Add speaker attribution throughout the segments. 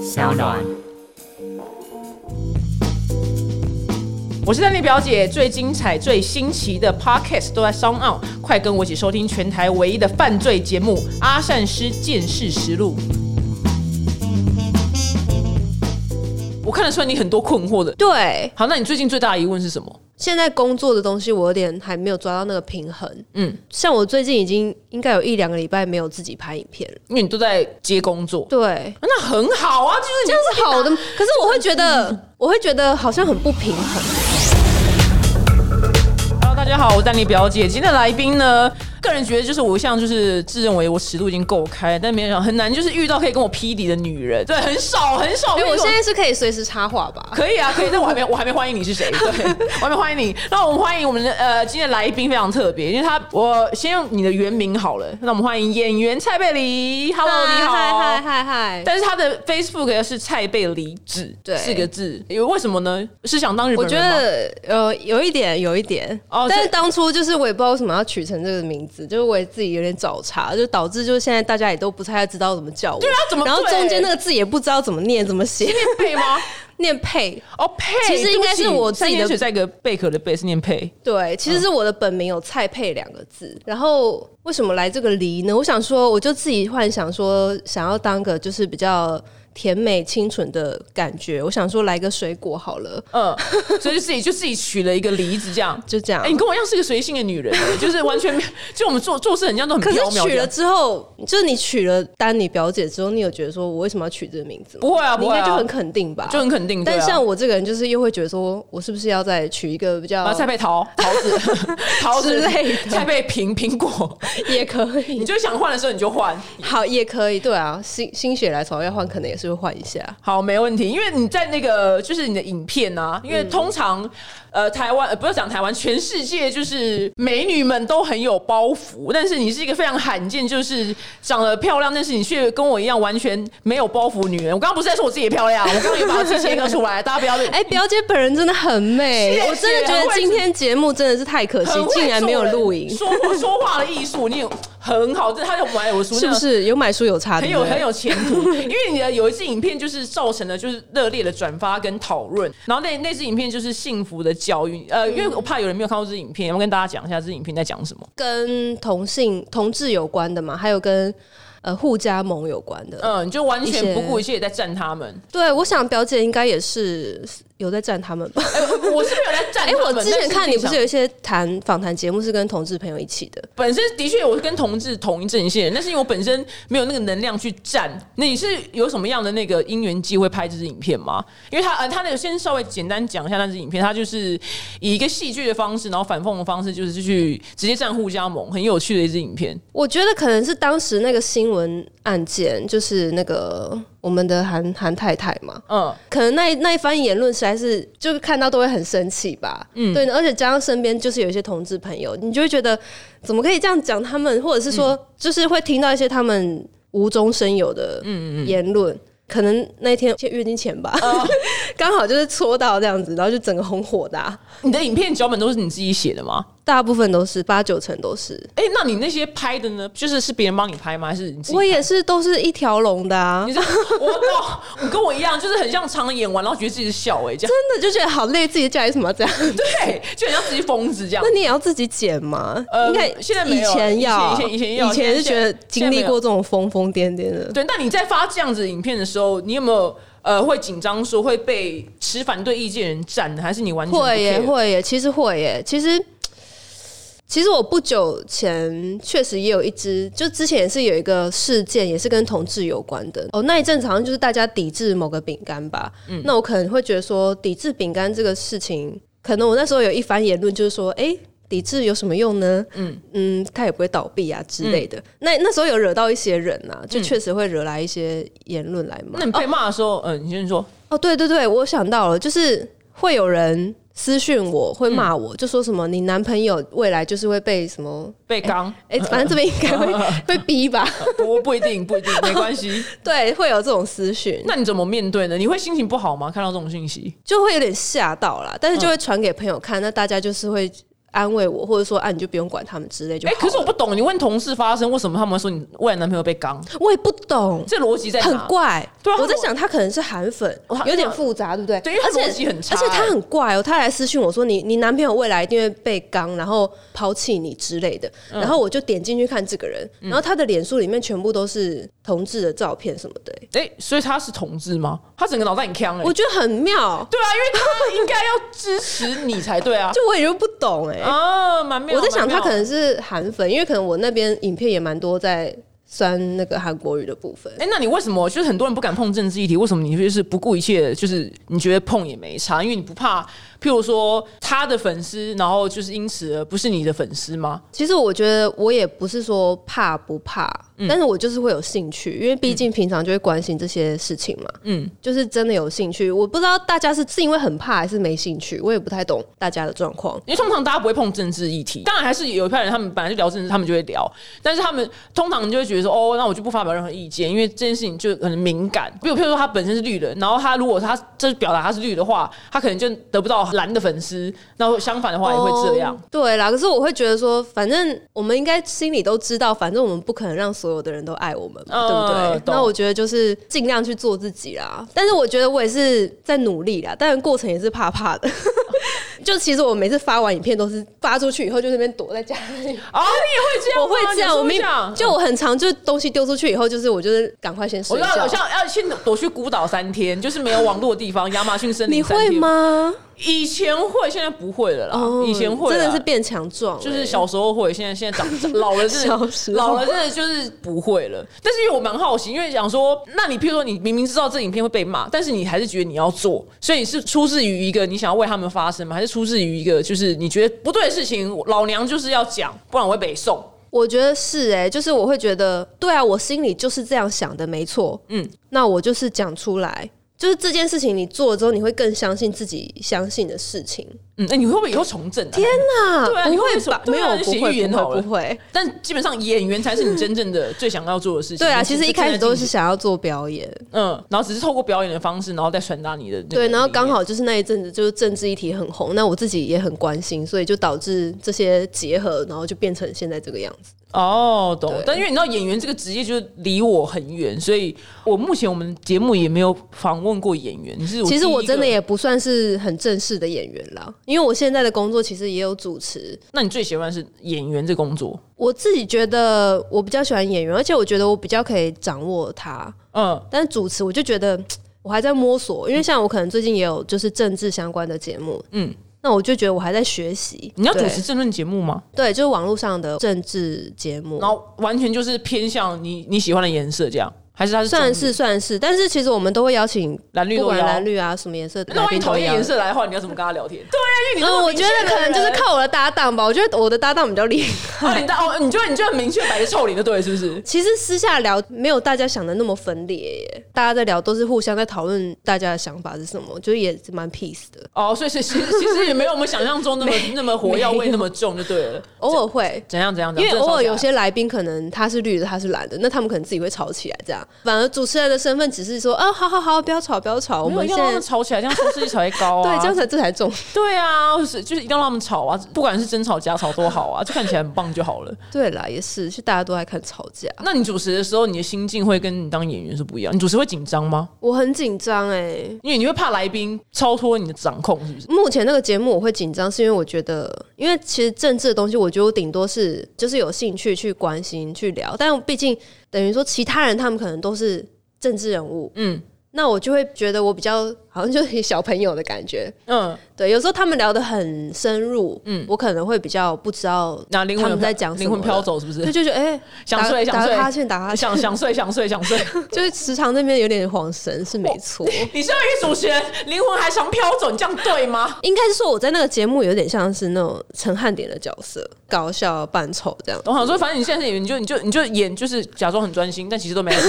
Speaker 1: 小暖。
Speaker 2: 我是丹妮表姐，最精彩、最新奇的 podcast 都在 Sound On，快跟我一起收听全台唯一的犯罪节目《阿善师见识实录》。我看得出来你很多困惑的。
Speaker 3: 对，
Speaker 2: 好，那你最近最大的疑问是什么？
Speaker 3: 现在工作的东西我有点还没有抓到那个平衡。
Speaker 2: 嗯，
Speaker 3: 像我最近已经应该有一两个礼拜没有自己拍影片了。
Speaker 2: 因为你都在接工作，
Speaker 3: 对，
Speaker 2: 那很好啊，就是你
Speaker 3: 这样是好的，可是我会觉得，我会觉得好像很不平衡。
Speaker 2: Hello，大家好，我是丹妮表姐。今天的来宾呢，个人觉得就是我一向就是自认为我尺度已经够开，但没想到很难就是遇到可以跟我匹敌的女人，对，很少很少。
Speaker 3: 因为我
Speaker 2: 跟
Speaker 3: 现
Speaker 2: 你说
Speaker 3: 在是可以随时插话吧？
Speaker 2: 可以啊，可以，但我还没我还没欢迎你是谁，对 我还没欢迎你。那我们欢迎我们的呃今天的来宾非常特别，因为他我先用你的原名好了，那我们欢迎演员蔡贝黎。Hello，你
Speaker 3: 哦
Speaker 2: 好，
Speaker 3: 嗨嗨嗨嗨嗨！
Speaker 2: 但是他的 Facebook 是蔡贝离子，
Speaker 3: 对
Speaker 2: 四个字，因为为什么呢？是想当日
Speaker 3: 我
Speaker 2: 本
Speaker 3: 觉
Speaker 2: 人吗？
Speaker 3: 得呃有一点有一点，
Speaker 2: 哦所
Speaker 3: 但
Speaker 2: 以
Speaker 3: 是当初就是我也不知道为什么要取成这个名字，就是我也自己有点找茬，就导致就是现在大家也都不太知道怎么叫我，对
Speaker 2: 啊怎么
Speaker 3: 然后
Speaker 2: 对
Speaker 3: 中间那个字也不知道怎么念怎么写，
Speaker 2: 配 吗？
Speaker 3: 念配
Speaker 2: 哦，配，
Speaker 3: 其实应该是我自己的
Speaker 2: 对不起三点水在一个贝壳的贝是念配，
Speaker 3: 对，其实是我的本名有蔡佩两个字，
Speaker 2: 嗯
Speaker 3: 然后为什么来这个梨呢？我想说，我就自己幻想说，想要当个就是比较甜美清纯的感觉，我想说来个水果好了，
Speaker 2: 嗯， 所以就自己就自己取了一个梨子这 样。
Speaker 3: 就这样。
Speaker 2: 哎、你跟我一样是个随性的女人，就是完全没有，就我们做做事很像都很
Speaker 3: 可
Speaker 2: 飘
Speaker 3: 是
Speaker 2: 渺
Speaker 3: 取
Speaker 2: 这
Speaker 3: 了
Speaker 2: 样。
Speaker 3: 之后，就是你取了丹尼表姐之后，你有觉得说我为什么要取这个名字吗？
Speaker 2: 不会啊
Speaker 3: 你
Speaker 2: 不
Speaker 3: 应
Speaker 2: 会啊
Speaker 3: 该就很肯定吧，
Speaker 2: 就很肯定对啊
Speaker 3: 但像我这个人，就是又会觉得说我是不是要再取一个比较
Speaker 2: 啊，蔡贝 桃、桃子、桃子
Speaker 3: 之类的
Speaker 2: 蔡贝苹、苹 果，
Speaker 3: 也可
Speaker 2: 你
Speaker 3: 以，
Speaker 2: 就想换的时候你就换。
Speaker 3: 好也可以，对啊，心心血来潮要换，可能也是会换一下。
Speaker 2: 好，没问题，因为你在那个就是你的影片啊，
Speaker 3: 嗯
Speaker 2: 因为通常、呃台湾呃不要讲台湾，全世界就是美女们都很有包袱，但是你是一个非常罕见，就是长得漂亮，但是你却跟我一样完全没有包袱的女人。我刚刚不是在说我自己也漂 亮，我刚刚也把我自己切割出来，大家不要
Speaker 3: 哎、表姐本人真的很美，
Speaker 2: 谢谢
Speaker 3: 我真的觉得今天节目真的是太可惜
Speaker 2: 很，会
Speaker 3: 竟然没有
Speaker 2: 做人
Speaker 3: 录影，
Speaker 2: 说说话的艺术，你有很好，这他就买我书，
Speaker 3: 啊是不是有买书有差的？
Speaker 2: 很有很有前 途，因为你的有一支影片就是造成了就是热烈的转发跟讨论，然后那那支影片就是幸福的教育，呃，
Speaker 3: 嗯
Speaker 2: 因为我怕有人没有看过这支影片，我跟大家讲一下这支影片在讲什么。
Speaker 3: 跟同性同志有关的嘛，还有跟呃互加盟有关的。
Speaker 2: 嗯，你就完
Speaker 3: 一
Speaker 2: 全
Speaker 3: 些
Speaker 2: 不顾一切地在站他们，
Speaker 3: 对，我想表姐应该也是有在站他们吧。
Speaker 2: 哎、我我是没有在站
Speaker 3: 哎、
Speaker 2: 他们。
Speaker 3: 我之前看你不
Speaker 2: 但
Speaker 3: 是有一些谈访谈节目是跟同志朋友一起的，
Speaker 2: 本身的确我是跟同志同一阵线，但是因为我本身没有那个能量去站。那你是有什么样的那个因缘机会拍这支影片吗？因为他呃，他那个先稍微简单讲一下那支影片，他就是以一个戏剧的方式，然后反讽的方式，就是去直接站互加盟，很有趣的一支影片。
Speaker 3: 我觉得可能是当时那个新闻案件，就是那个我们的韩韩太太嘛，
Speaker 2: 嗯，
Speaker 3: 可能那一那一番言论实在是，就是看到都会很生气吧。嗯，对，而且加上身边就是有一些同志朋友，你就会觉得怎么可以这样讲他们，或者是说，就是会听到一些他们无中生有的言论。可能那天月经前吧， 刚、好就是戳到这样子，然后就整个红火的啊、
Speaker 2: 你的影片脚本都是你自己写的吗？
Speaker 3: 大部分都是八九成都是，
Speaker 2: 哎、那你那些拍的呢？就是是别人帮你拍吗？还是你自己？
Speaker 3: 我也是都是一条龙的啊
Speaker 2: 你，是我懂，你跟我一样，就是很像常演完，然后觉得自己是小哎、这样
Speaker 3: 真的就觉得好累，自己家里怎么要这样？
Speaker 2: 对，就很像自己疯子这样
Speaker 3: 那。你也要自己剪吗？
Speaker 2: 呃
Speaker 3: 应该
Speaker 2: 现在没
Speaker 3: 以
Speaker 2: 有
Speaker 3: 前要，
Speaker 2: 以前以前以前要
Speaker 3: 以前是
Speaker 2: 现在
Speaker 3: 觉得
Speaker 2: 现在
Speaker 3: 经
Speaker 2: 没
Speaker 3: 历
Speaker 2: 有
Speaker 3: 过这种疯疯癫癫的。
Speaker 2: 对，那你在发这样子的影片的时候，你有没有呃会紧张，说会被持反对意见人站的，还是你完全不
Speaker 3: 会耶，
Speaker 2: care？
Speaker 3: 会耶，其实会耶，其实。其实我不久前确实也有一支，就之前也是有一个事件，也是跟同志有关的。哦，那一阵子好像就是大家抵制某个饼干吧。
Speaker 2: 嗯
Speaker 3: 那我可能会觉得说，抵制饼干这个事情，可能我那时候有一番言论，就是说，哎、抵制有什么用呢？嗯嗯，它也不会倒闭啊之类
Speaker 2: 嗯
Speaker 3: 的。那那时候有惹到一些人啊，就确实会惹来一些言论来嘛。
Speaker 2: 那你被骂的时候，嗯、你先说，
Speaker 3: 哦，对对对，我想到了，就是会有人私讯我，会骂
Speaker 2: 嗯
Speaker 3: 我，就说什么你男朋友未来就是会被什么，
Speaker 2: 被刚，
Speaker 3: 哎、反正这边应 该会会逼吧，
Speaker 2: 不不一定，不一定，没关 系。
Speaker 3: 对，会有这种私讯，
Speaker 2: 那你怎么面对呢？你会心情不好吗？看到这种信息，嗯
Speaker 3: 就会有点吓到啦，但是就会传给朋友看，那大家就是会。安慰我，或者说啊你就不用管他们之类就
Speaker 2: 哎、
Speaker 3: 好了。
Speaker 2: 可是我不懂，你问同事发生为什么他们会说你未来男朋友被刚？
Speaker 3: 我也不懂，
Speaker 2: 这逻辑在哪
Speaker 3: 很怪。
Speaker 2: 对啊
Speaker 3: 我在想他可能是韩粉
Speaker 2: 我，
Speaker 3: 有点复杂，对不对？
Speaker 2: 对因为他
Speaker 3: 而且
Speaker 2: 逻辑很差欸
Speaker 3: 而且他很怪哦，他来私信我说你你男朋友未来一定会被刚，然后抛弃你之类的。
Speaker 2: 嗯
Speaker 3: 然后我就点进去看这个人，然后他的脸书里面全部都是同志的照片什么的、欸
Speaker 2: 哎、所以他是同志吗？他整个脑袋很呛哎、
Speaker 3: 我觉得很妙，
Speaker 2: 对啊，因为他应该要支持你才对啊。
Speaker 3: 就我也就不懂哎、
Speaker 2: 啊，蛮妙。
Speaker 3: 我在想
Speaker 2: 蛮妙
Speaker 3: 他可能是韩粉，因为可能我那边影片也蛮多在酸那个韩国语的部分。
Speaker 2: 哎、那你为什么就是很多人不敢碰政治议题？为什么你就是不顾一切？就是你觉得碰也没差，因为你不怕，譬如说他的粉丝，然后就是因此而不是你的粉丝吗？
Speaker 3: 其实我觉得我也不是说怕不怕，但是我就是会有兴趣，因为毕竟平常就会关心这些事情嘛，
Speaker 2: 嗯，
Speaker 3: 就是真的有兴趣。我不知道大家是是因为很怕还是没兴趣，我也不太懂大家的状况。
Speaker 2: 因为通常大家不会碰政治议题，当然还是有一派人他们本来就聊政治，他们就会聊，但是他们通常就会觉得说，哦，那我就不发表任何意见，因为这件事情就很敏感。比如譬如说他本身是绿人，然后他如果他这表达他是绿的话，他可能就得不到蓝的粉丝，然后相反的话也会这样。
Speaker 3: 哦对啦，可是我会觉得说，反正我们应该心里都知道，反正我们不可能让所有的人都爱我们嘛，
Speaker 2: 嗯
Speaker 3: 对不对？
Speaker 2: 懂
Speaker 3: 那我觉得就是尽量去做自己啦。但是我觉得我也是在努力啦，但过程也是怕怕的。 就其实我每次发完影片都是发出去以后，就在那边躲在家里。
Speaker 2: 哦，你也会这样吗？
Speaker 3: 我会这样，
Speaker 2: 哦你
Speaker 3: 我
Speaker 2: 是不是
Speaker 3: 明
Speaker 2: 这样
Speaker 3: 就我很常就东西丢出去以后，就是我就是赶快先睡
Speaker 2: 我知道，
Speaker 3: 觉
Speaker 2: 我。像要去躲去孤岛三天，就是没有网络的地方，亚马逊森林。
Speaker 3: 你会？吗？
Speaker 2: 以前会，现在不会了啦。
Speaker 3: 哦，
Speaker 2: 以前会啦，
Speaker 3: 真的是变强壮欸，
Speaker 2: 就是小时候会，现在现在长长老了真
Speaker 3: 小
Speaker 2: 的
Speaker 3: 时候
Speaker 2: 老了真的就是不会了。但是因为我蛮好奇，因为想说，那你譬如说你明明知道这影片会被骂，但是你还是觉得你要做，所以你是出自于一个你想要为他们发声吗？还是出自于一个就是你觉得不对的事情，老娘就是要讲，不然我会被送。
Speaker 3: 我觉得是哎、就是我会觉得，对啊，我心里就是这样想的，没错。
Speaker 2: 嗯
Speaker 3: 嗯，那我就是讲出来，就是这件事情你做了之后，你会更相信自己相信的事情。
Speaker 2: 嗯，那、你会不会以后从政、啊？天
Speaker 3: 那
Speaker 2: 对啊你
Speaker 3: 不
Speaker 2: 会
Speaker 3: 会
Speaker 2: 不会
Speaker 3: 吧？
Speaker 2: 对
Speaker 3: 没
Speaker 2: 啊
Speaker 3: 有，
Speaker 2: 你
Speaker 3: 不
Speaker 2: 写
Speaker 3: 会，
Speaker 2: 预言
Speaker 3: 不
Speaker 2: 好
Speaker 3: 会，
Speaker 2: 了
Speaker 3: 不会。
Speaker 2: 但基本上演员才是你真正的最想要做的事情。
Speaker 3: 对啊，
Speaker 2: 你
Speaker 3: 其实一开始都是想要做表演，
Speaker 2: 嗯，然后只是透过表演的方式，然后再传达你的那个
Speaker 3: 对，然后刚
Speaker 2: 理
Speaker 3: 好就是那一阵子就是政治议题很红，那我自己也很关心，所以就导致这些结合，然后就变成现在这个样子。
Speaker 2: 念哦，懂
Speaker 3: 对。
Speaker 2: 但因为你知道演员这个职业就是离我很远，所以我目前我们节目也没有访问过演员。你是
Speaker 3: 其实我真的
Speaker 2: 也，
Speaker 3: 也不算是很正式的演员啦，因为我现在的工作其实也有主持，
Speaker 2: 那你最喜欢的是演员这工作？
Speaker 3: 我自己觉得我比较喜欢演员，而且我觉得我比较可以掌握它。
Speaker 2: 嗯，
Speaker 3: 但主持我就觉得我还在摸索，因为像我可能最近也有就是政治相关的节目，
Speaker 2: 嗯
Speaker 3: 嗯，那我就觉得我还在学习。
Speaker 2: 你要主
Speaker 3: 对
Speaker 2: 持政论节目吗？
Speaker 3: 对，就是网络上的政治节目
Speaker 2: 然，后完全就是偏向你你喜欢的颜色这样，还是它是
Speaker 3: 算
Speaker 2: 中
Speaker 3: 是算是，但是其实我们都会邀请
Speaker 2: 蓝绿
Speaker 3: 不
Speaker 2: 都
Speaker 3: 管
Speaker 2: 要？
Speaker 3: 蓝绿啊什么颜色的
Speaker 2: 那
Speaker 3: 来
Speaker 2: 万一
Speaker 3: 宾都
Speaker 2: 讨厌
Speaker 3: 要
Speaker 2: 颜。色来的话，你要怎么跟他聊天？对啊，因为你这
Speaker 3: 嗯，
Speaker 2: 么
Speaker 3: 我觉得
Speaker 2: 明确
Speaker 3: 可
Speaker 2: 的
Speaker 3: 能就是
Speaker 2: 人
Speaker 3: 靠我的搭档吧。我觉得我的搭档比较厉害。
Speaker 2: 啊， 你到哦，你就你就很明确摆个臭脸就对了，是不是？
Speaker 3: 其实私下聊没有大家想的那么分裂耶，大家在聊都是互相在讨论大家的想法是什么，就是也是蛮 peace 的。
Speaker 2: 哦，所以所以其实其实也没有我们想象中 那么那么火药味那么重就对了。
Speaker 3: 偶尔会，
Speaker 2: 怎样怎样？怎
Speaker 3: 因
Speaker 2: 样
Speaker 3: 为
Speaker 2: 真的
Speaker 3: 偶
Speaker 2: 烧
Speaker 3: 尔
Speaker 2: 起来
Speaker 3: 有些来宾可能他是绿的，他是蓝的，那他们可能自己会吵起来，这样。反而主持人的身份只是说，啊，好好好，不要吵，不要吵，我
Speaker 2: 没有
Speaker 3: 们
Speaker 2: 要
Speaker 3: 现
Speaker 2: 让他
Speaker 3: 在
Speaker 2: 们吵起来，这样收视率才会高啊。
Speaker 3: 对这样才这才重。
Speaker 2: 对啊，就是就是一定要让他们吵啊，不管是争吵假吵都好啊，就看起来很棒就好了。
Speaker 3: 对啦，也是，就大家都爱看吵架。
Speaker 2: 那你主持的时候，你的心境会跟你当演员是不一样。你主持会紧张吗？
Speaker 3: 我很紧张哎，
Speaker 2: 因为你会怕来宾超脱你的掌控，是不是？
Speaker 3: 目前那个节目我会紧张，是因为我觉得，因为其实政治的东西，我觉得我顶多是就是有兴趣去关心去聊，但毕竟等于说其他人他们可能都是政治人物，
Speaker 2: 嗯
Speaker 3: 那我就会觉得我比较好像就是小朋友的感觉。
Speaker 2: 嗯，
Speaker 3: 对，有时候他们聊得很深入，
Speaker 2: 嗯
Speaker 3: 嗯，我可能会比较不知道
Speaker 2: 那灵魂
Speaker 3: 他们
Speaker 2: 飘
Speaker 3: 在讲什么
Speaker 2: 灵魂飘
Speaker 3: 了，
Speaker 2: 走，是不是
Speaker 3: 对，？就觉得哎，
Speaker 2: 想睡
Speaker 3: 打
Speaker 2: 想
Speaker 3: 打
Speaker 2: 睡
Speaker 3: 个哈欠，打个哈欠，
Speaker 2: 想想睡想睡想睡。
Speaker 3: 就是时常那边有点恍神是没错。
Speaker 2: 你身为一个主持人，灵魂还想飘走，你这样对吗？
Speaker 3: 应该是说我在那个节目有点像是那种陈汉典的角色，搞笑扮丑这样。
Speaker 2: 我想说，反正你现在是演员，你就你就你就演，就是假装很专心，但其实都没有。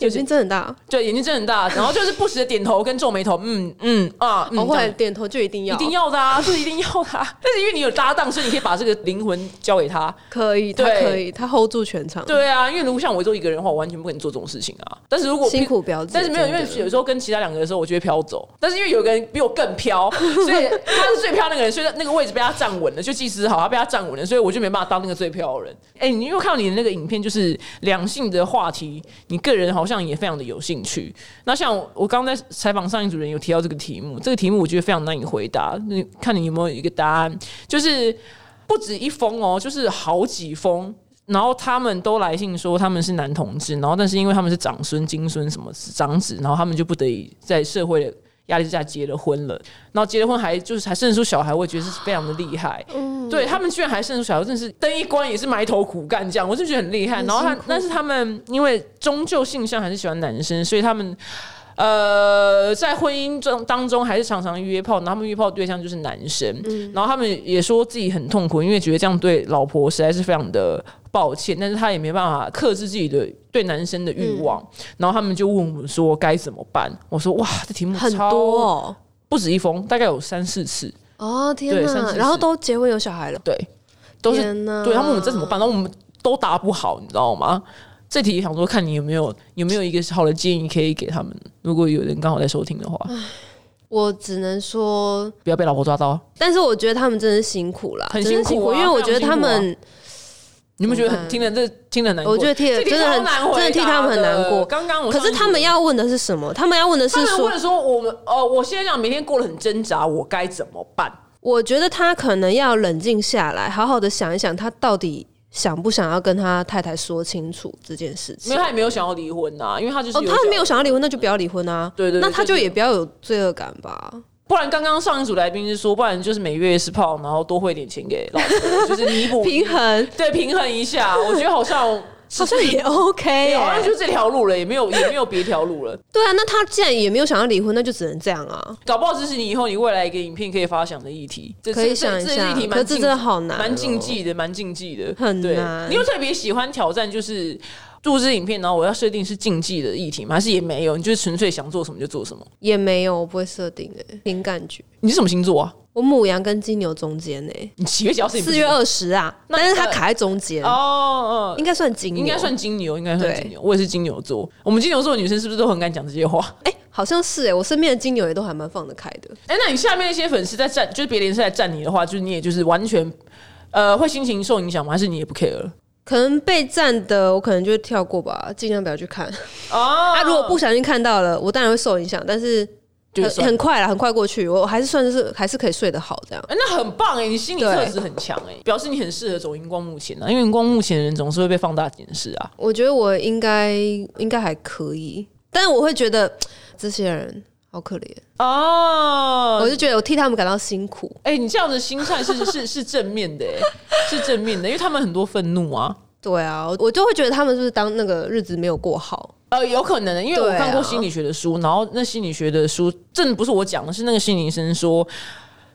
Speaker 3: 眼睛真的很大，
Speaker 2: 对，眼睛睁很大，然后就是不时的点头跟皱眉头，头，嗯嗯啊，嗯
Speaker 3: 我
Speaker 2: 这
Speaker 3: 哦会
Speaker 2: 样
Speaker 3: 点头就一定要，
Speaker 2: 一定要的啊，是一定要的、啊。但是因为你有搭档，所以你可以把这个灵魂交给他。
Speaker 3: 可以，他
Speaker 2: 对
Speaker 3: 可以，他 hold 住全场，，
Speaker 2: 对啊，因为如果像我做一个人的话，我完全不可能做这种事情啊。但是如果
Speaker 3: 辛苦表姐，
Speaker 2: 但是没有，因
Speaker 3: 真
Speaker 2: 为
Speaker 3: 的
Speaker 2: 有时候跟其他两个的时候，我就会飘走。但是因为有个人比我更 飘，所以他是最飘那个人，所以那个位置被他站稳了，就技师好，他被他站稳了，所以我就没办法当那个最飘的人。哎、你有没有看到你的那个影片，就是两性的话题，你个人好像也非常的有兴趣。那像我刚刚在采访上一组人有提到这个题目，这个题目我觉得非常难以回答，你看你有没有一个答案，就是。不止一封哦，就是好几封。然后他们都来信说他们是男同志，然后但是因为他们是长孙、金孙什么长子，然后他们就不得已在社会的压力之下结了婚了。然后结了婚还就是还生得出小孩，我也觉得是非常的厉害。对他们居然还生得出小孩，真的是灯一关也是埋头苦干这样，我是觉得很厉害。然后他但是他们因为终究性向还是喜欢男生，所以他们呃，在婚姻中当中还是常常约炮，然后他们约炮对象就是男生，
Speaker 3: 嗯
Speaker 2: 然后他们也说自己很痛苦，因为觉得这样对老婆实在是非常的抱歉，但是他也没办法克制自己的对男生的欲望，
Speaker 3: 嗯
Speaker 2: 然后他们就问我说该怎么办？我说哇，这题目
Speaker 3: 很
Speaker 2: 超
Speaker 3: 多哦，
Speaker 2: 不止一封，大概有三四次，
Speaker 3: 哦天
Speaker 2: 对三
Speaker 3: 哪
Speaker 2: 四，十
Speaker 3: 然后都结婚有小孩了，
Speaker 2: 对，都是
Speaker 3: 天哪，
Speaker 2: 对他问我们这怎么办，然后我们都答不好，你知道吗？这题想说看你有没有有没有一个好的建议可以给他们，如果有人刚好在收听的话，
Speaker 3: 我只能说，
Speaker 2: 不要被老婆抓到啊。
Speaker 3: 但是我觉得他们真的是辛苦啦，
Speaker 2: 很
Speaker 3: 真的
Speaker 2: 辛苦啊
Speaker 3: 因为我觉得他们，
Speaker 2: 你们觉得
Speaker 3: 怎么办
Speaker 2: 很听了这听了很难过？
Speaker 3: 我觉得替
Speaker 2: 这题
Speaker 3: 真的
Speaker 2: 超
Speaker 3: 很
Speaker 2: 难回答
Speaker 3: 真的替他们很难过。
Speaker 2: 刚刚我
Speaker 3: 可
Speaker 2: 上
Speaker 3: 是他们要问的是什么？他们要问的
Speaker 2: 他
Speaker 3: 是
Speaker 2: 们
Speaker 3: 说
Speaker 2: 问，说我们哦，我现在讲明天过得很挣扎，我该怎么办？
Speaker 3: 我觉得他可能要冷静下来，好好的想一想，他到底想不想要跟他太太说清楚这件事
Speaker 2: 没
Speaker 3: 情
Speaker 2: 有，。他也没有想要离婚呐、因为他就是
Speaker 3: 哦，
Speaker 2: 有
Speaker 3: 他
Speaker 2: 想
Speaker 3: 没有，想要离婚，那就不要离婚啊。
Speaker 2: 对对对
Speaker 3: 那他就
Speaker 2: 对对
Speaker 3: 也不要有罪恶感吧。
Speaker 2: 不然刚刚上一组来宾是说，不然就是每月是炮，然后多汇点钱给老婆， 就是弥补
Speaker 3: 平衡
Speaker 2: 对平衡一下。我觉得好像。
Speaker 3: 好像 也哎 OK 耶、
Speaker 2: 好像就这条路了，也没有也没有别条路了。
Speaker 3: 对啊，那他既然也没有想要离婚，那就只能这样啊。
Speaker 2: 搞不好这是你以后你未来一个影片可以发想的议题，这
Speaker 3: 可以
Speaker 2: 这
Speaker 3: 想一
Speaker 2: 这
Speaker 3: 下
Speaker 2: 这议题，
Speaker 3: 可
Speaker 2: 蛮
Speaker 3: 是这
Speaker 2: 竞
Speaker 3: 真的好难、哦
Speaker 2: 蛮竞。技的，蛮竞技的，
Speaker 3: 很
Speaker 2: 对
Speaker 3: 难
Speaker 2: 你又特别喜欢挑战，就是录制影片，然后我要设定是竞技的议题吗？还是也没有？你就是纯粹想做什么就做什么？
Speaker 3: 也没有，我不会设定哎、凭感觉。
Speaker 2: 你是什么星座啊？
Speaker 3: 我母羊跟金牛中间呢、
Speaker 2: 你几月几号是你不
Speaker 3: 四
Speaker 2: 是
Speaker 3: 月二十啊，
Speaker 2: 那
Speaker 3: 但是
Speaker 2: 你
Speaker 3: 他
Speaker 2: 的
Speaker 3: 卡在中间，
Speaker 2: 哦哦。
Speaker 3: 应该算金牛，
Speaker 2: 应该算金牛，应该算
Speaker 3: 对
Speaker 2: 金牛。我也是金牛座。我们金牛座的女生是不是都很敢讲这些话？
Speaker 3: 哎、好像是哎、我身边的金牛也都还蛮放得开的。
Speaker 2: 哎、那你下面那些粉丝在站，就是别人是在站你的话，就是你也就是完全呃会心情受影响吗？还是你也不 care 了？
Speaker 3: 可能被占的，我可能就会跳过吧，尽量不要去看。
Speaker 2: 哦，
Speaker 3: 啊，如果不小心看到了，我当然会受影响，但是
Speaker 2: 就
Speaker 3: 很
Speaker 2: 算
Speaker 3: 很快啦，很快过去，我还是算是还是可以睡得好这样。
Speaker 2: 哎、那很棒哎、你心理
Speaker 3: 对
Speaker 2: 特质很强哎、表示你很适合走荧光幕前啊，因为荧光幕前的人总是会被放大检视啊。
Speaker 3: 我觉得我应该应该还可以，但是我会觉得这些人好可怜，
Speaker 2: 哦
Speaker 3: 我，就觉得我替他们感到辛苦。
Speaker 2: 哎、你这样的心态是是是正面的、欸，是正面的，因为他们很多愤怒啊。
Speaker 3: 对啊，我我就会觉得他们是不是当那个日子没有过好？
Speaker 2: 呃，有可能的，因为我
Speaker 3: 对啊
Speaker 2: 看过心理学的书，然后那心理学的书，真的不是我讲的，是那个心理医生说，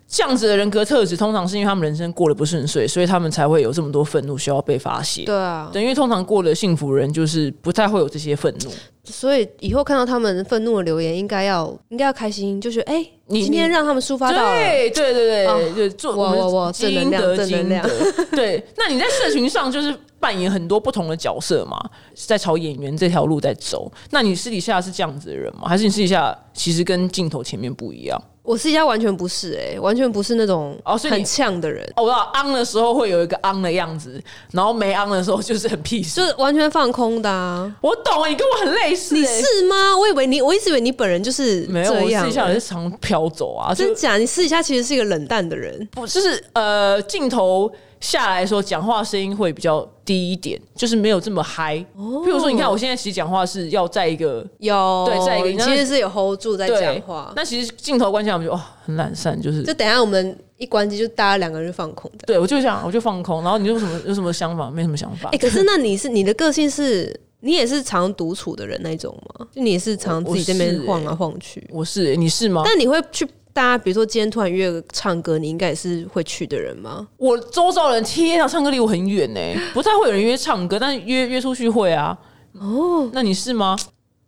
Speaker 2: 这样子的人格特质，通常是因为他们人生过得不顺遂，所以他们才会有这么多愤怒需要被发泄。
Speaker 3: 对啊，
Speaker 2: 对，因为通常过得幸福的人，就是不太会有这些愤怒。
Speaker 3: 所以以后看到他们愤怒的留言，应该要应该要开心，就是哎、
Speaker 2: 你
Speaker 3: 今天让他们抒发到了。
Speaker 2: 对对对
Speaker 3: 哦
Speaker 2: 对，就做
Speaker 3: 哇
Speaker 2: 我
Speaker 3: 哇哇
Speaker 2: 们积阴德
Speaker 3: 正
Speaker 2: 积
Speaker 3: 能
Speaker 2: 阴
Speaker 3: 量
Speaker 2: 德。对，那你在社群上就是扮演很多不同的角色嘛，是在朝演员这条路在走。那你私底下是这样子的人吗？还是你私底下其实跟镜头前面不一样？
Speaker 3: 我私底下完全不是哎、完全不是那种
Speaker 2: 哦所以你
Speaker 3: 很呛的人，
Speaker 2: 哦，我知道昂的时候会有一个昂的样子，然后没昂的时候就是很 peace。
Speaker 3: 就是完全放空的啊。
Speaker 2: 我懂啊，你跟我很类似、欸，
Speaker 3: 你是吗？我以为你，我一直以为你本人就是
Speaker 2: 没有？
Speaker 3: 这
Speaker 2: 我
Speaker 3: 样
Speaker 2: 私底下也是常飘走啊，就
Speaker 3: 真假？你私底下其实是一个冷淡的人，
Speaker 2: 不就是呃镜头下来的时候，讲话声音会比较低一点，就是没有这么嗨。
Speaker 3: 哦
Speaker 2: 比如说，你看我现在其实讲话是要在一个
Speaker 3: 有
Speaker 2: 对在一个
Speaker 3: 你其实是有 hold 住在
Speaker 2: 对啊
Speaker 3: 讲话。
Speaker 2: 那其实镜头关下，我们就哦很懒散，就是
Speaker 3: 就等一下我们一关机，就大家两个人就放空的。
Speaker 2: 对我就想我就放空，然后你有什么有什么想法？没什么想法
Speaker 3: 哎、。可是那你是你的个性是，你也是常独处的人那一种吗？就你也是常自己这边
Speaker 2: 我是欸
Speaker 3: 晃来晃去，
Speaker 2: 我是、欸你是吗？
Speaker 3: 但你会去大家，比如说今天突然约个唱歌，你应该也是会去的人吗？
Speaker 2: 我周遭的人，天啊，唱歌离我很远呢、不太会有人约唱歌，但是约约出去会啊。哦，那你是吗？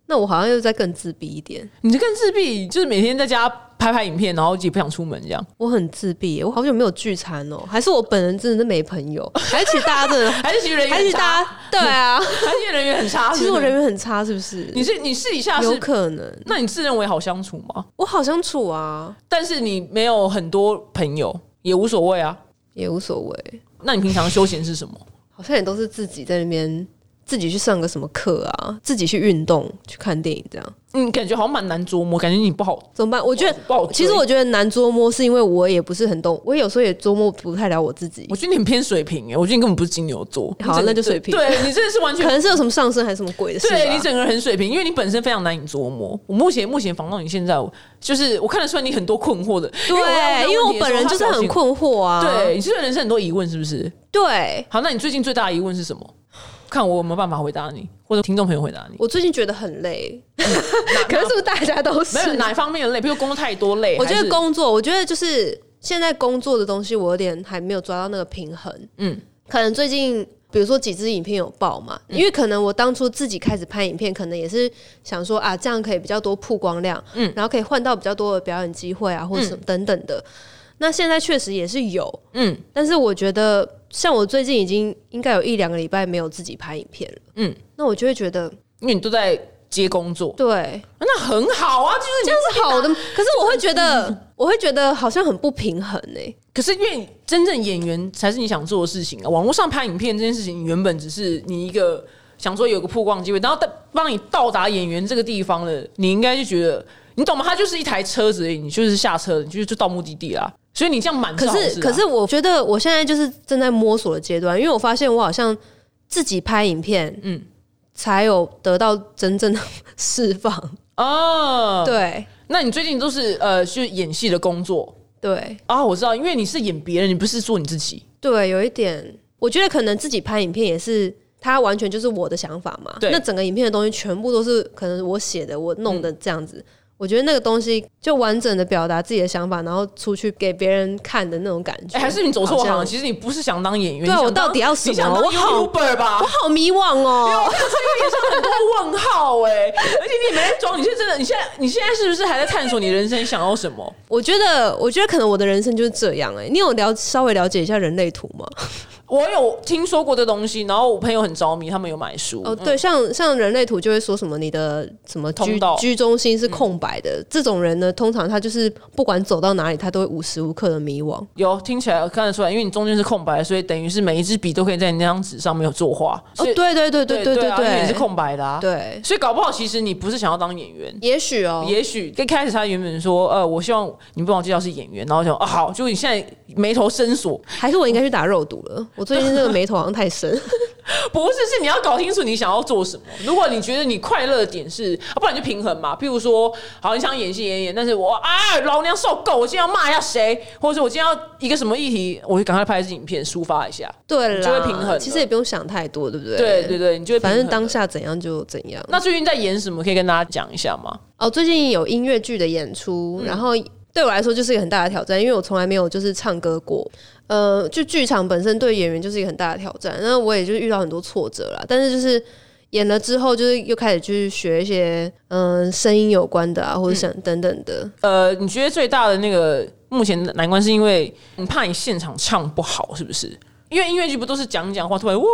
Speaker 3: 那我好像又再更自闭一点。
Speaker 2: 你这更自闭，就是每天在家拍拍影片，然后自己不想出门这样。
Speaker 3: 我很自闭耶，我好久没有聚餐哦，还是我本人真的是没 朋友，还是其实大家真的，
Speaker 2: 还是其实人缘
Speaker 3: 还
Speaker 2: 很
Speaker 3: 是
Speaker 2: 差
Speaker 3: 大，家对 啊，
Speaker 2: 还是人缘很差。
Speaker 3: 其实我
Speaker 2: 是
Speaker 3: 人缘很差，是不是？
Speaker 2: 不是你是你私底下
Speaker 3: 有
Speaker 2: 是，
Speaker 3: 可能，
Speaker 2: 那你自认为好相处吗？
Speaker 3: 我好相处啊，
Speaker 2: 但是你没有很多朋友也无所谓啊。
Speaker 3: 也无所谓，
Speaker 2: 那你平常休闲是什么？
Speaker 3: 好像也都是自己在那边自己去上个什么课啊，自己去运动、去看电影这样，
Speaker 2: 嗯，感觉好像蛮难捉摸，感觉你不好。
Speaker 3: 怎么办？我觉得。
Speaker 2: 不好追，
Speaker 3: 其实我觉得难捉摸，是因为我也不是很懂，我有时候也捉摸不太了我自己
Speaker 2: 我，觉得你很偏水瓶哎，我觉得你根本不是金牛座。
Speaker 3: 好
Speaker 2: 你整
Speaker 3: 啊
Speaker 2: 个
Speaker 3: 那就水瓶
Speaker 2: 对你真的是完
Speaker 3: 可
Speaker 2: 全。
Speaker 3: 能是有什么上升还是什么鬼的事吧。啊
Speaker 2: 对你整个人很水平，因为你本身非常难以捉摸。我目前目前防到你现在，我就是我看得出来你很多困惑的。
Speaker 3: 对，因为我本人就是很
Speaker 2: 困。
Speaker 3: 困惑啊。
Speaker 2: 对，你是对人生很多疑问，是不是？
Speaker 3: 对，
Speaker 2: 好，那你最近最大的疑问是什么？看我有没有办法回答你，或者听众朋友回答你。
Speaker 3: 我最近觉得很累， 可是是不是大家都是
Speaker 2: 嗯没？有哪一方面的累，比如工作太多累。
Speaker 3: 我觉
Speaker 2: 还
Speaker 3: 得
Speaker 2: 是
Speaker 3: 工作，我觉得就是现在工作的东西，我有点还没有抓到那个平衡。
Speaker 2: 嗯嗯
Speaker 3: 嗯，可能最近比如说几支影片有爆嘛，因为可能我当初自己开始拍影片，可能也是想说啊，这样可以比较多曝光量，嗯，然后可以换到比较多的表演机会啊，或者什么等等的。那现在确实也是有，
Speaker 2: 嗯
Speaker 3: 但是我觉得像我最近已经应该有一两个礼拜没有自己拍影片了，
Speaker 2: 嗯
Speaker 3: 嗯，那我就会觉得
Speaker 2: 因为你都在接工作，
Speaker 3: 对，
Speaker 2: 那很好嗯啊，就是你
Speaker 3: 这样是好的， 可是我会觉得，我会觉得好像很不平衡哎、
Speaker 2: 可是因为真正演员才是你想做的事情啊，网络上拍影片这件事情，你原本只是你一个想说有个曝光机会，然后到帮你到达演员这个地方了，你应该就觉得你懂吗？它就是一台车子而已，你就是下车，你就就到目的地啦。所以你这样满
Speaker 3: 可
Speaker 2: 好事啊、
Speaker 3: 是，可是我觉得我现在就是正在摸索的阶段，因为我发现我好像自己拍影片，
Speaker 2: 嗯
Speaker 3: 嗯，才有得到真正的释放。
Speaker 2: 哦，
Speaker 3: 对
Speaker 2: 那你最近都是呃去演戏的工作
Speaker 3: 对
Speaker 2: 啊？我知道，因为你是演别人，你不是做你自己。
Speaker 3: 对，有一点，我觉得可能自己拍影片也是，它完全就是我的想法嘛。
Speaker 2: 对
Speaker 3: 那整个影片的东西全部都是可能我写的，我弄的这样
Speaker 2: 嗯
Speaker 3: 子。我觉得那个东西就完整的表达自己的想法，然后出去给别人看的那种感觉。
Speaker 2: 哎、还是你走错
Speaker 3: 好
Speaker 2: 行
Speaker 3: 像
Speaker 2: 了？其实你不是想当演员，
Speaker 3: 对啊
Speaker 2: 你想
Speaker 3: 我到
Speaker 2: 当
Speaker 3: 底要什么
Speaker 2: 你想当
Speaker 3: 我好
Speaker 2: YouTuber 吧？
Speaker 3: 我好迷惘哦。
Speaker 2: 很多问号哎、而且你也没在装，你是真的，你现在你现在是不是还在探索你人生想要什么？
Speaker 3: 我觉得，我觉得可能我的人生就是这样哎、你有了稍微了解一下人类图吗？
Speaker 2: 我有听说过这东西，然后我朋友很着迷，他们有买书。
Speaker 3: 哦，对，像像人类图就会说什么你的什么
Speaker 2: 嗯通
Speaker 3: 居
Speaker 2: 道嗯
Speaker 3: 居中心是空白的，这种人呢，通常他就是不管走到哪里，他都会无时无刻的迷惘。哦
Speaker 2: 有听起来看得出来，因为你中间是空白，所以等于是每一支笔都可以在你那张纸上面有作画。
Speaker 3: 哦，
Speaker 2: 所以
Speaker 3: 对对对对
Speaker 2: 对
Speaker 3: 对
Speaker 2: 啊因为你是
Speaker 3: 对，
Speaker 2: 空白的啊。
Speaker 3: 对，
Speaker 2: 所以搞不好其实你不是想要当演员，
Speaker 3: 也许哦，
Speaker 2: 也许一开始他原本说，呃，我希望你帮我介绍是演员，然后想，啊，好，就你现在眉头深锁，
Speaker 3: 还是我应该去打肉毒了。我最近这个眉头好像 太深，
Speaker 2: 不是，是你要搞清楚你想要做什么。如果你觉得你快乐的点是，啊、不然你就平衡嘛。譬如说，好，你想演戏演演，但是我啊，老娘受够，我今天要骂一下谁，或者是我今天要一个什么议题，我就赶快拍一支影片抒发一下。
Speaker 3: 对啦，
Speaker 2: 就会平衡了
Speaker 3: 其实也不用想太多，对不对？
Speaker 2: 对对对，你就会平
Speaker 3: 反
Speaker 2: 衡
Speaker 3: 正当下怎样就怎样。
Speaker 2: 那最近在演什么，可以跟大家讲一下吗？
Speaker 3: 哦，最近有音乐剧的演出，
Speaker 2: 嗯
Speaker 3: 然后对我来说就是一个很大的挑战，因为我从来没有就是唱歌过。呃，就剧场本身对演员就是一个很大的挑战，那我也就是遇到很多挫折啦。但是就是演了之后，就是又开始去学一些嗯、呃声音有关的啊，或者
Speaker 2: 嗯
Speaker 3: 想等等的。
Speaker 2: 呃，你觉得最大的那个目前的难关是因为你怕你现场唱不好，是不是？因为音乐剧不都是讲一讲话，突然哇，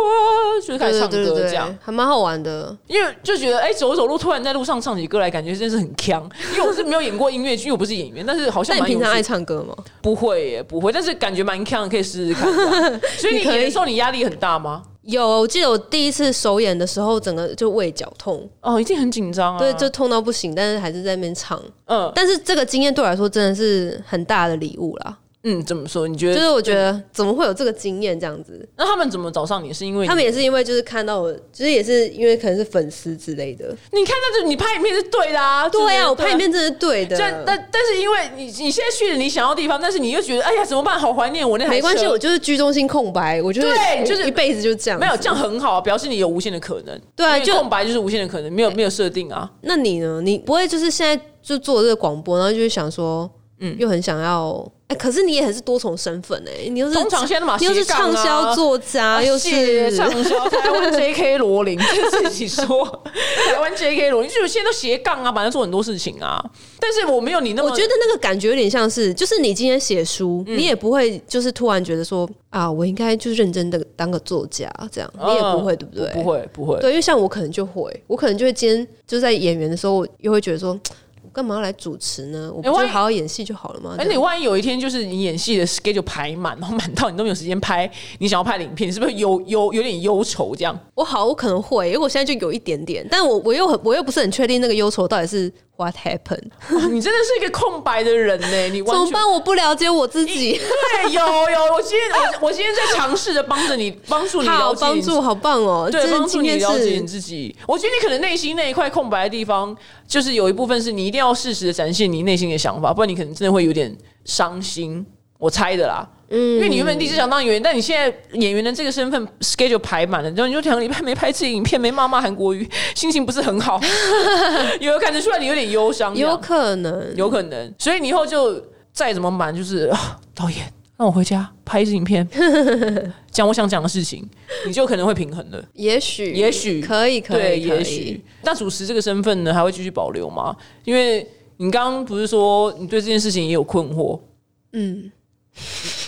Speaker 2: 就是开
Speaker 3: 对
Speaker 2: 始
Speaker 3: 对
Speaker 2: 唱
Speaker 3: 对
Speaker 2: 歌
Speaker 3: 对
Speaker 2: 这样
Speaker 3: 对。，还蛮好玩的。
Speaker 2: 因为就觉得哎、走走路突然在路上唱起歌来，感觉真是很强。因为我是没有演过音乐剧，因为我不是演员，但是好
Speaker 3: 那
Speaker 2: 像
Speaker 3: 你
Speaker 2: 蛮有
Speaker 3: 平常爱
Speaker 2: 趣
Speaker 3: 唱歌吗？
Speaker 2: 不会耶，不会，但是感觉蛮强的，可以试试看这样。所以你
Speaker 3: 你可以
Speaker 2: 演的时候，你压力很大吗？
Speaker 3: 有，我记得我第一次首演的时候，整个就胃绞痛，
Speaker 2: 哦，一定很紧张啊。
Speaker 3: 对，就痛到不行，但是还是在那边唱。
Speaker 2: 嗯
Speaker 3: 但是这个经验对我来说真的是很大的礼物啦。
Speaker 2: 嗯，怎么说？你觉得？
Speaker 3: 就是我觉得怎么会有这个经验这样子？
Speaker 2: 那他们怎么找上你？是因为你
Speaker 3: 他们也是因为就是看到我，就是也是因为可能是粉丝之类的。
Speaker 2: 你看到这你拍影片是对的啊，
Speaker 3: 对呀、
Speaker 2: 呀、
Speaker 3: 我拍影。片真的是对的。
Speaker 2: 这但但是因为你你现在去了你想要的地方，但是你又觉得哎呀怎么办？好怀念我那台
Speaker 3: 没关系，
Speaker 2: 车
Speaker 3: 我就是居中心空白，我就是
Speaker 2: 对就是
Speaker 3: 一辈子就这样。
Speaker 2: 没有这样很好啊，表示你有无限的可能。
Speaker 3: 对啊
Speaker 2: 因为
Speaker 3: 就
Speaker 2: 空白就是无限的可能，没有没有设定啊。
Speaker 3: 那你呢？你不会就是现在就做这个广播，然后就是想说，嗯，又很想要。哎、哎，可是你也很是多重身份哎、你又是
Speaker 2: 通常现在都嘛
Speaker 3: 你又是
Speaker 2: 斜杠
Speaker 3: 畅
Speaker 2: 啊
Speaker 3: 销作家，又
Speaker 2: 谢
Speaker 3: 是
Speaker 2: 畅销台湾 J.K. 罗 琳，自己说台湾 J.K. 罗琳，就是现在都斜杠啊，反正做很多事情啊。但是我没有你那么，
Speaker 3: 我觉得那个感觉有点像是，就是你今天写书，
Speaker 2: 嗯
Speaker 3: 你也不会就是突然觉得说啊，我应该就认真的当个作家这样，你也不会，
Speaker 2: 嗯
Speaker 3: 对不对？
Speaker 2: 不啊会不会，
Speaker 3: 对，因为像我可能就会，我可能就会今天就是在演员的时候，我又会觉得说，我干嘛要来主持呢？我不就
Speaker 2: 哎万一
Speaker 3: 好好演戏就好了吗？
Speaker 2: 而
Speaker 3: 这
Speaker 2: 哎你
Speaker 3: 样
Speaker 2: 万一有一天就是你演戏的 schedule 排满，然后满到你都没有时间拍你想要拍的影片，你是不是忧忧有点忧愁这样？
Speaker 3: 我好，我可能会，因为我现在就有一点点，但我我又很我又不是很确定那个忧愁到底是 what happened，
Speaker 2: 哇 你真的是一个空白的人呢、你
Speaker 3: 怎
Speaker 2: 完
Speaker 3: 么
Speaker 2: 全
Speaker 3: 办？我不了解我自己，
Speaker 2: 对，有有，我今天我我今天在尝试着帮 着你，哎帮助你
Speaker 3: 好
Speaker 2: 了解
Speaker 3: 帮
Speaker 2: 你自己
Speaker 3: 助，好棒哦！
Speaker 2: 对，
Speaker 3: 这
Speaker 2: 帮
Speaker 3: 是
Speaker 2: 助
Speaker 3: 今
Speaker 2: 你
Speaker 3: 天
Speaker 2: 了解
Speaker 3: 是
Speaker 2: 你自己。我觉得你可能内心那一块空白的地方，就是有一部分是你一定要适时的展现你内心的想法，不然你可能真的会有点伤心。我猜的啦，嗯，因为你原本第一是想当演员，但你现在演员的这个身份 schedule 排满了，然后你就两个礼拜没拍自己影片，没骂骂韩国瑜，心情不是很 好，有感觉出来你有点忧伤这样，
Speaker 3: 有可能，
Speaker 2: 有可能，所以你以后就再怎么瞒，就是、啊、导演让我回家拍一支影 片，讲我想讲的事情，你就可能会平衡了。
Speaker 3: 也许，
Speaker 2: 也许
Speaker 3: 可以，可
Speaker 2: 对，
Speaker 3: 以，可
Speaker 2: 也
Speaker 3: 以
Speaker 2: 许。那主持这个身份呢，还会继续保留吗？因为你刚刚不是说你对这件事情也有困惑？
Speaker 3: 嗯，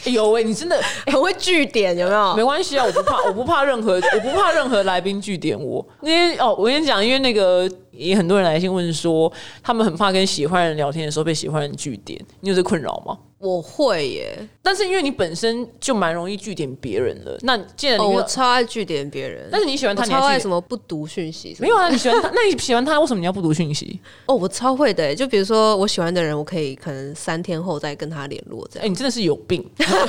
Speaker 2: 哎呦喂，你真的
Speaker 3: 很会据点，有没 有？
Speaker 2: 没关系啊，我不怕，我不怕任何，我不怕任何来宾据点我。那天哦，我跟你讲，因为那个也很多人来信问说，他们很怕跟喜欢人聊天的时候被喜欢人据点，你有这困扰吗？
Speaker 3: 我会耶，
Speaker 2: 但是因为你本身就蛮容易据点别人的，那既然你、
Speaker 3: 哦，我超爱据点别人，
Speaker 2: 但是你喜欢他，
Speaker 3: 我
Speaker 2: 你还
Speaker 3: 超爱
Speaker 2: 去
Speaker 3: 什么不读讯息什么
Speaker 2: 没有啊？你喜欢他，那你喜欢他，为什么你要不读讯息？
Speaker 3: 哦，我超会的耶，就比如说我喜欢的人，我可以可能三天后再跟他联络这
Speaker 2: 哎、
Speaker 3: 样。
Speaker 2: 你真的是有病，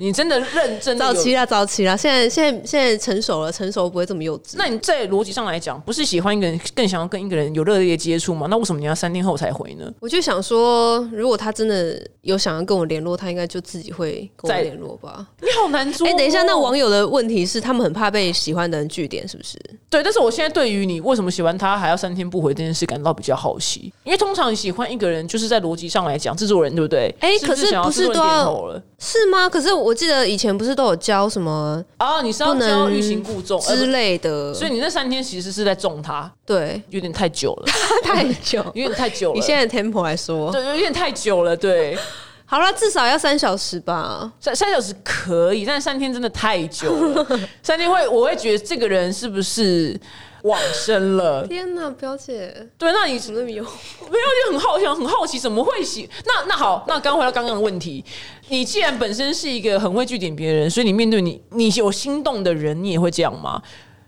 Speaker 2: 你真的认真
Speaker 3: 早
Speaker 2: 的有。
Speaker 3: 期啦，早期啦，现在现在现在成熟了，成熟不会这么幼稚。
Speaker 2: 那你在逻辑上来讲，不是喜欢一个人，更想要跟一个人有热烈接触吗？那为什么你要三天后才回呢？
Speaker 3: 我就想说，如果他真的有想要跟我联络，他应该就自己会跟我
Speaker 2: 在
Speaker 3: 联络吧。
Speaker 2: 你好难哦做、
Speaker 3: 哎、等一下，那
Speaker 2: 我
Speaker 3: 网友的问题是，他们很怕被喜欢的人据点，是不是？
Speaker 2: 对，但是我现在对于你为什么喜欢他还要三天不回这件事感到比较好奇，因为通常你喜欢一个人，就是在逻辑上来讲，制作人对不对？
Speaker 3: 哎
Speaker 2: 是
Speaker 3: 可
Speaker 2: 是
Speaker 3: 是
Speaker 2: 想要
Speaker 3: 不
Speaker 2: 制
Speaker 3: 是
Speaker 2: 作人
Speaker 3: 都
Speaker 2: 点
Speaker 3: 要
Speaker 2: 头了？
Speaker 3: 是吗？可是我记得以前不是都有教什么
Speaker 2: 哦，你是要
Speaker 3: 不能
Speaker 2: 教欲擒故纵，而不
Speaker 3: 之类的，
Speaker 2: 所以你那三天其实是在中他，
Speaker 3: 对
Speaker 2: 有点太久了，
Speaker 3: 太久。
Speaker 2: 有点太久了。
Speaker 3: 以现在的 tempo 来说，
Speaker 2: 对，有点太久了。对，
Speaker 3: 好了，至少要三小时吧。
Speaker 2: 三三小时可以，但是三天真的太久 了。三天会，我会觉得这个人是不是往生了？
Speaker 3: 天哪，表姐
Speaker 2: 对，那你
Speaker 3: 怎么那么有？
Speaker 2: 没有就很好奇，很好奇怎么会喜？那那好，那刚回到刚刚的问题，你既然本身是一个很会据点别人，所以你面对你你有心动的人，你也会这样吗？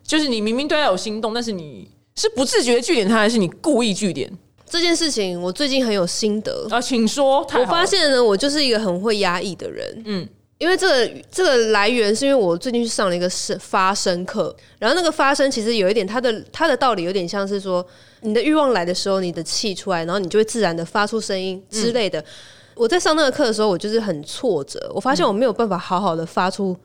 Speaker 2: 就是你明明对他有心动，但是你是不自觉地据点他，还是你故意据点？
Speaker 3: 这件事情我最近很有心得。
Speaker 2: 啊，请说。太
Speaker 3: 我
Speaker 2: 好了
Speaker 3: 发现呢，我就是一个很会压抑的人。
Speaker 2: 嗯
Speaker 3: 嗯，因为这个这个来源是因为我最近去上了一个是发声课，然后那个发声其实有一点它的它的道理有点像是说，你的欲望来的时候，你的气出来，然后你就会自然的发出声音之类
Speaker 2: 嗯
Speaker 3: 的。我在上那个课的时候，我就是很挫折，我发现我没有办法好好的发出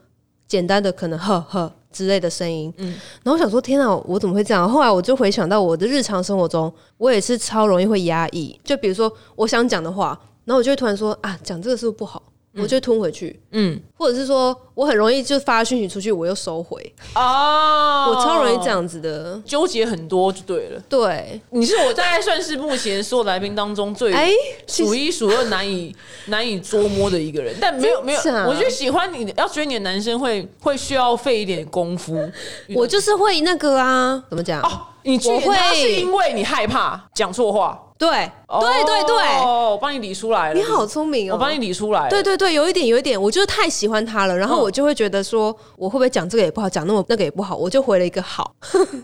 Speaker 3: 简单的可能呵呵之类的声音。嗯，然后我想说，天啊，我怎么会这样？后来我就回想到我的日常生活中，我也是超容易会压抑。就比如说我想讲的话，然后我就会突然说啊，讲这个是不是不好？我就会吞回去，
Speaker 2: 嗯
Speaker 3: 或者是说我很容易就发讯息出去，我又收回，
Speaker 2: 啊，
Speaker 3: 我超容易这样子的。
Speaker 2: 纠结很多就对了。
Speaker 3: 对，
Speaker 2: 你是我大概算是目前所有来宾当中最
Speaker 3: 哎、
Speaker 2: 数一数二、难 以难以捉摸的一个人，但没有没有，
Speaker 3: 真假
Speaker 2: 我觉得喜欢你的要追你的男生会会需要费一点功夫。
Speaker 3: 我就是会那个啊，怎么讲？
Speaker 2: 哦，你拒
Speaker 3: 我
Speaker 2: 绝
Speaker 3: 会
Speaker 2: 他是因为你害怕讲错话。
Speaker 3: 对，
Speaker 2: 哦
Speaker 3: 对对对，
Speaker 2: 我帮你理出来了。
Speaker 3: 你好，聪明哦！
Speaker 2: 我帮你理出来了。
Speaker 3: 对对对，有一点有一点，我就是太喜欢他了，然后
Speaker 2: 嗯
Speaker 3: 我就会觉得说，我会不会讲这个也不好，讲那么那个也不好，我就回了一个好。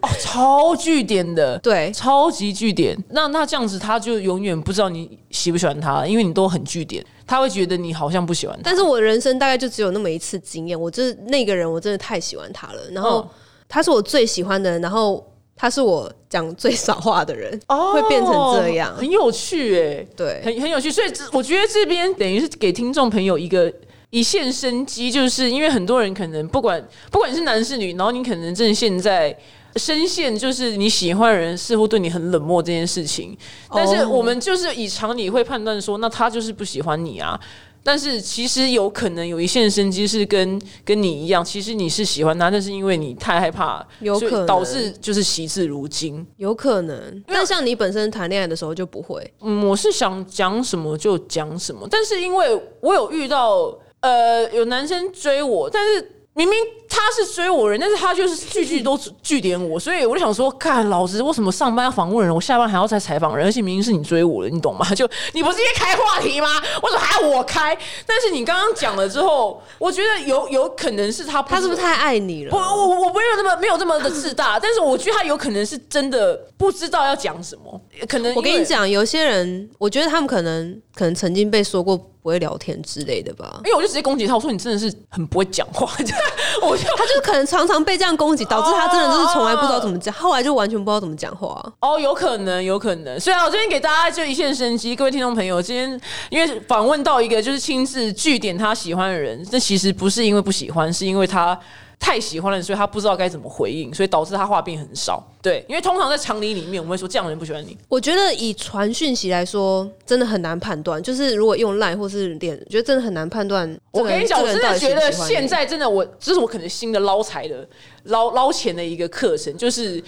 Speaker 2: 哦，超据点的，
Speaker 3: 对
Speaker 2: 超级据点。那那这样子，他就永远不知道你喜不喜欢他，因为你都很据点，他会觉得你好像不喜欢他。
Speaker 3: 但是我人生大概就只有那么一次经验，我就是那个人，我真的太喜欢他了。然后
Speaker 2: 嗯
Speaker 3: 他是我最喜欢的人，然后他是我讲最少话的人，
Speaker 2: 哦
Speaker 3: 会变成这样。
Speaker 2: 很有趣哎、
Speaker 3: 对，
Speaker 2: 很很有趣。所以这我觉得这边等于是给听众朋友一个。一线生机，就是因为很多人可能不管不管你是男是女，然后你可能正现在深陷，就是你喜欢的人似乎对你很冷漠这件事情。但是
Speaker 3: 哦
Speaker 2: 我们就是以常理会判断说，那他就是不喜欢你啊。但是其实有可能有一线生机是跟跟你一样，其实你是喜欢他，但是因为你太害怕，
Speaker 3: 有
Speaker 2: 所以
Speaker 3: 可能
Speaker 2: 导致就是惜字如金。
Speaker 3: 有可能。哦但像你本身谈恋爱的时候就不会，
Speaker 2: 嗯，我是想讲什么就讲什么，但是因为我有遇到呃有男生追我，但是明明他是追我人，但是他就是句句都据点我，所以我就想说，看老子为什么上班要访问人，我下班还要再采访人，而且明明是你追我的，你懂吗？ 就你不是应该开话题吗？为什么还要我开？但是你刚刚讲了之后，我觉得有有可能是他不
Speaker 3: 他是不是太爱你
Speaker 2: 不，
Speaker 3: 了？
Speaker 2: 我我我没有这么没有这么的自大，但是我觉得他有可能是真的不知道要讲什么，可能
Speaker 3: 我跟
Speaker 2: 因为
Speaker 3: 你讲，有些人，我觉得他们可能可能曾经被说过不会聊天之类的吧。
Speaker 2: 因为我就直接攻击他，我说你真的是很不会讲话， 我就
Speaker 3: 他就可能常常被这样攻击，导致他真的就是从来不知道怎么讲，后来就完全不知道怎么讲话、
Speaker 2: 哦，有可能，有可能。所以啊，我这边给大家就一线生机，各位听众朋友，今天因为访问到一个就是亲自据点他喜欢的人，这其实不是因为不喜欢，是因为他。太喜欢了，所以他不知道该怎么回应，所以导致他话变很少。对，因为通常在常理里面，我们会说这样的人不喜欢你。
Speaker 3: 我觉得以传讯息来说，真的很难判断。就是如果用 Line 或是脸，觉得真的很难判断这
Speaker 2: 我
Speaker 3: 个
Speaker 2: 跟
Speaker 3: 人。
Speaker 2: 你讲，
Speaker 3: 这
Speaker 2: 我
Speaker 3: 个人
Speaker 2: 真
Speaker 3: 到
Speaker 2: 的
Speaker 3: 底喜不
Speaker 2: 觉得
Speaker 3: 喜欢
Speaker 2: 现
Speaker 3: 你
Speaker 2: 在真的我，这是我可能新的捞财的捞捞钱的一个课程，就是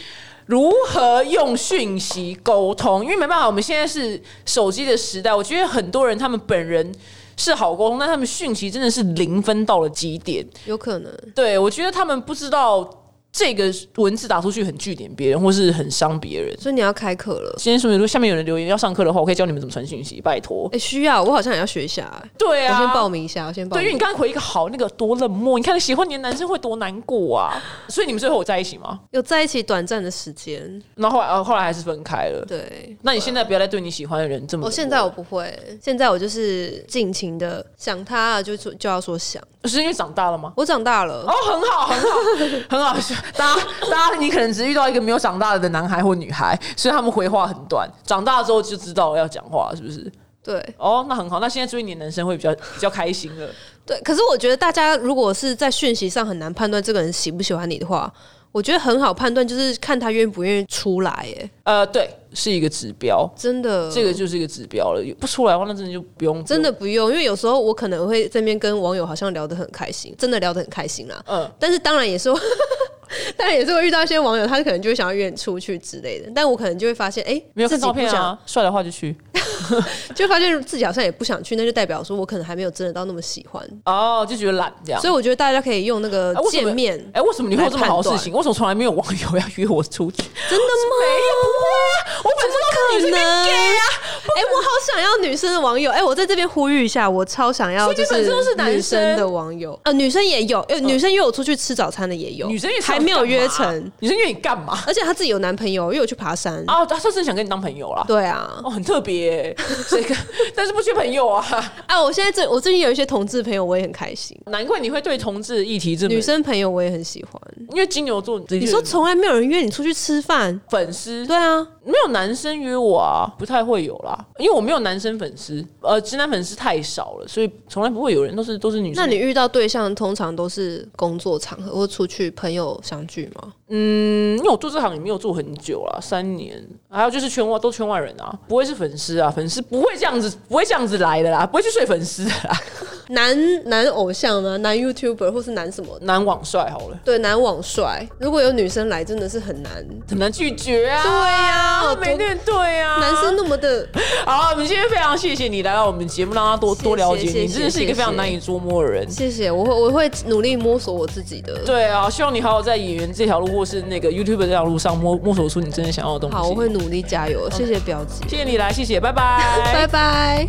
Speaker 2: 如何用讯息沟通。因为没办法，我们现在是手机的时代，我觉得很多人他们本人是好沟通，但他们讯息真的是零分到了极点。
Speaker 3: 有可能，
Speaker 2: 对我觉得他们不知道这个文字打出去很据点别人，或是很伤别人。
Speaker 3: 所以你要开课了。
Speaker 2: 今天说明，如果下面有人留言要上课的话，我可以教你们怎么传讯息，拜托
Speaker 3: 哎、。需要，我好像也要学一下、哎
Speaker 2: 对啊，
Speaker 3: 我先报名一下，我先报
Speaker 2: 对，因为你
Speaker 3: 名。
Speaker 2: 刚刚回一个好，那个多冷漠，你看喜欢你的男生会多难过啊。所以你们最后有在一起吗？
Speaker 3: 有在一起短暂的时间，
Speaker 2: 然后后来、呃后来还是分开了。
Speaker 3: 对。
Speaker 2: 那你现在不要再对你喜欢的人这么……
Speaker 3: 我现在我不会，现在我就是尽情的想他啊，就就就要说想。
Speaker 2: 是因为长大了吗？
Speaker 3: 我长大了，
Speaker 2: 哦，很好，很好， 很好。大家，大家，你可能只遇到一个没有长大的男孩或女孩，所以他们回话很短。长大之后就知道要讲话，是不是？
Speaker 3: 对
Speaker 2: 哦，那很好。那现在追你的男生会比较比较开心了。
Speaker 3: 对。可是我觉得大家如果是在讯息上很难判断这个人喜不喜欢你的话，我觉得很好判断就是看他愿不愿意出来、哎，
Speaker 2: 呃，对，是一个指标，
Speaker 3: 真的，
Speaker 2: 这个就是一个指标了。不出来的话，那真的就不用
Speaker 3: 嗯真的不用，因为有时候我可能会这边跟网友好像聊得很开心，真的聊得很开心啦。
Speaker 2: 嗯
Speaker 3: 但是当然也是会， 当然也是会遇到一些网友，他可能就会想要约你出去之类的。但我可能就会发现，哎、
Speaker 2: 没有
Speaker 3: 自
Speaker 2: 看
Speaker 3: 己
Speaker 2: 照
Speaker 3: 不
Speaker 2: 片
Speaker 3: 想，
Speaker 2: 啊，帅的话就去。
Speaker 3: 就发现自己好像也不想去，那就代表说我可能还没有真的到那么喜欢。
Speaker 2: 哦，就觉得懒这样。
Speaker 3: 所以我觉得大家可以啊用那个
Speaker 2: 哎为什么
Speaker 3: 见面，
Speaker 2: 哎、为什么你会有这么好的事情？为什么从来没有网友要约我出去？
Speaker 3: 真的吗？
Speaker 2: 我本身都是
Speaker 3: 可
Speaker 2: 女生
Speaker 3: 能
Speaker 2: 跟 gay 啊，
Speaker 3: 哎、我好想要女生的网友。哎、我在这边呼吁一下，我超想要
Speaker 2: 所以你
Speaker 3: 就是
Speaker 2: 本身都是男生嗯
Speaker 3: 女生的网友，呃，女生也有，哎、女生约我出去吃早餐的也有，
Speaker 2: 女生也
Speaker 3: 还没有约成。，
Speaker 2: 女生约你干嘛？
Speaker 3: 而且她自己有男朋友，因为我去爬山。
Speaker 2: 啊，他真的想跟你当朋友啦。
Speaker 3: 对啊，
Speaker 2: 哦，很特 别、欸，这个但是不缺朋友啊，
Speaker 3: 啊，我现在最我最近有一些同志朋友，我也很开心，
Speaker 2: 难怪你会对同志议题这么
Speaker 3: 女，生朋友我也很喜欢。
Speaker 2: 因为金牛座，你
Speaker 3: 你说从来没有人约你出去吃饭，
Speaker 2: 粉丝
Speaker 3: 对啊，
Speaker 2: 没有男生约我啊，不太会有啦，因为我没有男生粉丝，呃，直男粉丝太少了，所以从来不会有人都是都是女生。
Speaker 3: 那你遇到对象通常都是工作场合或出去朋友相聚吗？
Speaker 2: 嗯，因为我做这行也没有做很久啦，三年。还有就是圈外都圈外人啊，不会是粉丝啊，粉丝不会这样子，不会这样子来的啦，不会去睡粉丝的啦。
Speaker 3: 男男偶像呢，男 YouTuber 或是男什么的？
Speaker 2: 男网帅好了，
Speaker 3: 对，男网帅，如果有女生来，真的是很难。
Speaker 2: 很难拒绝啊。对
Speaker 3: 呀
Speaker 2: 啊，没对对啊，
Speaker 3: 男生那么的，
Speaker 2: 好，我们今天非常谢谢你来到我们节目，让大家多
Speaker 3: 谢
Speaker 2: 多了解
Speaker 3: 谢
Speaker 2: 你，
Speaker 3: 谢
Speaker 2: 真的是一个
Speaker 3: 谢
Speaker 2: 非常
Speaker 3: 谢
Speaker 2: 难以捉摸的人。
Speaker 3: 谢谢，我会我会努力摸索我自己的。
Speaker 2: 对啊，希望你好好在演员这条路或是那个 YouTube 这条路上摸摸索出你真正想要的东西。
Speaker 3: 好，我会努力加油，谢谢表姐，
Speaker 2: 谢谢你来，谢谢，拜拜
Speaker 3: 拜拜。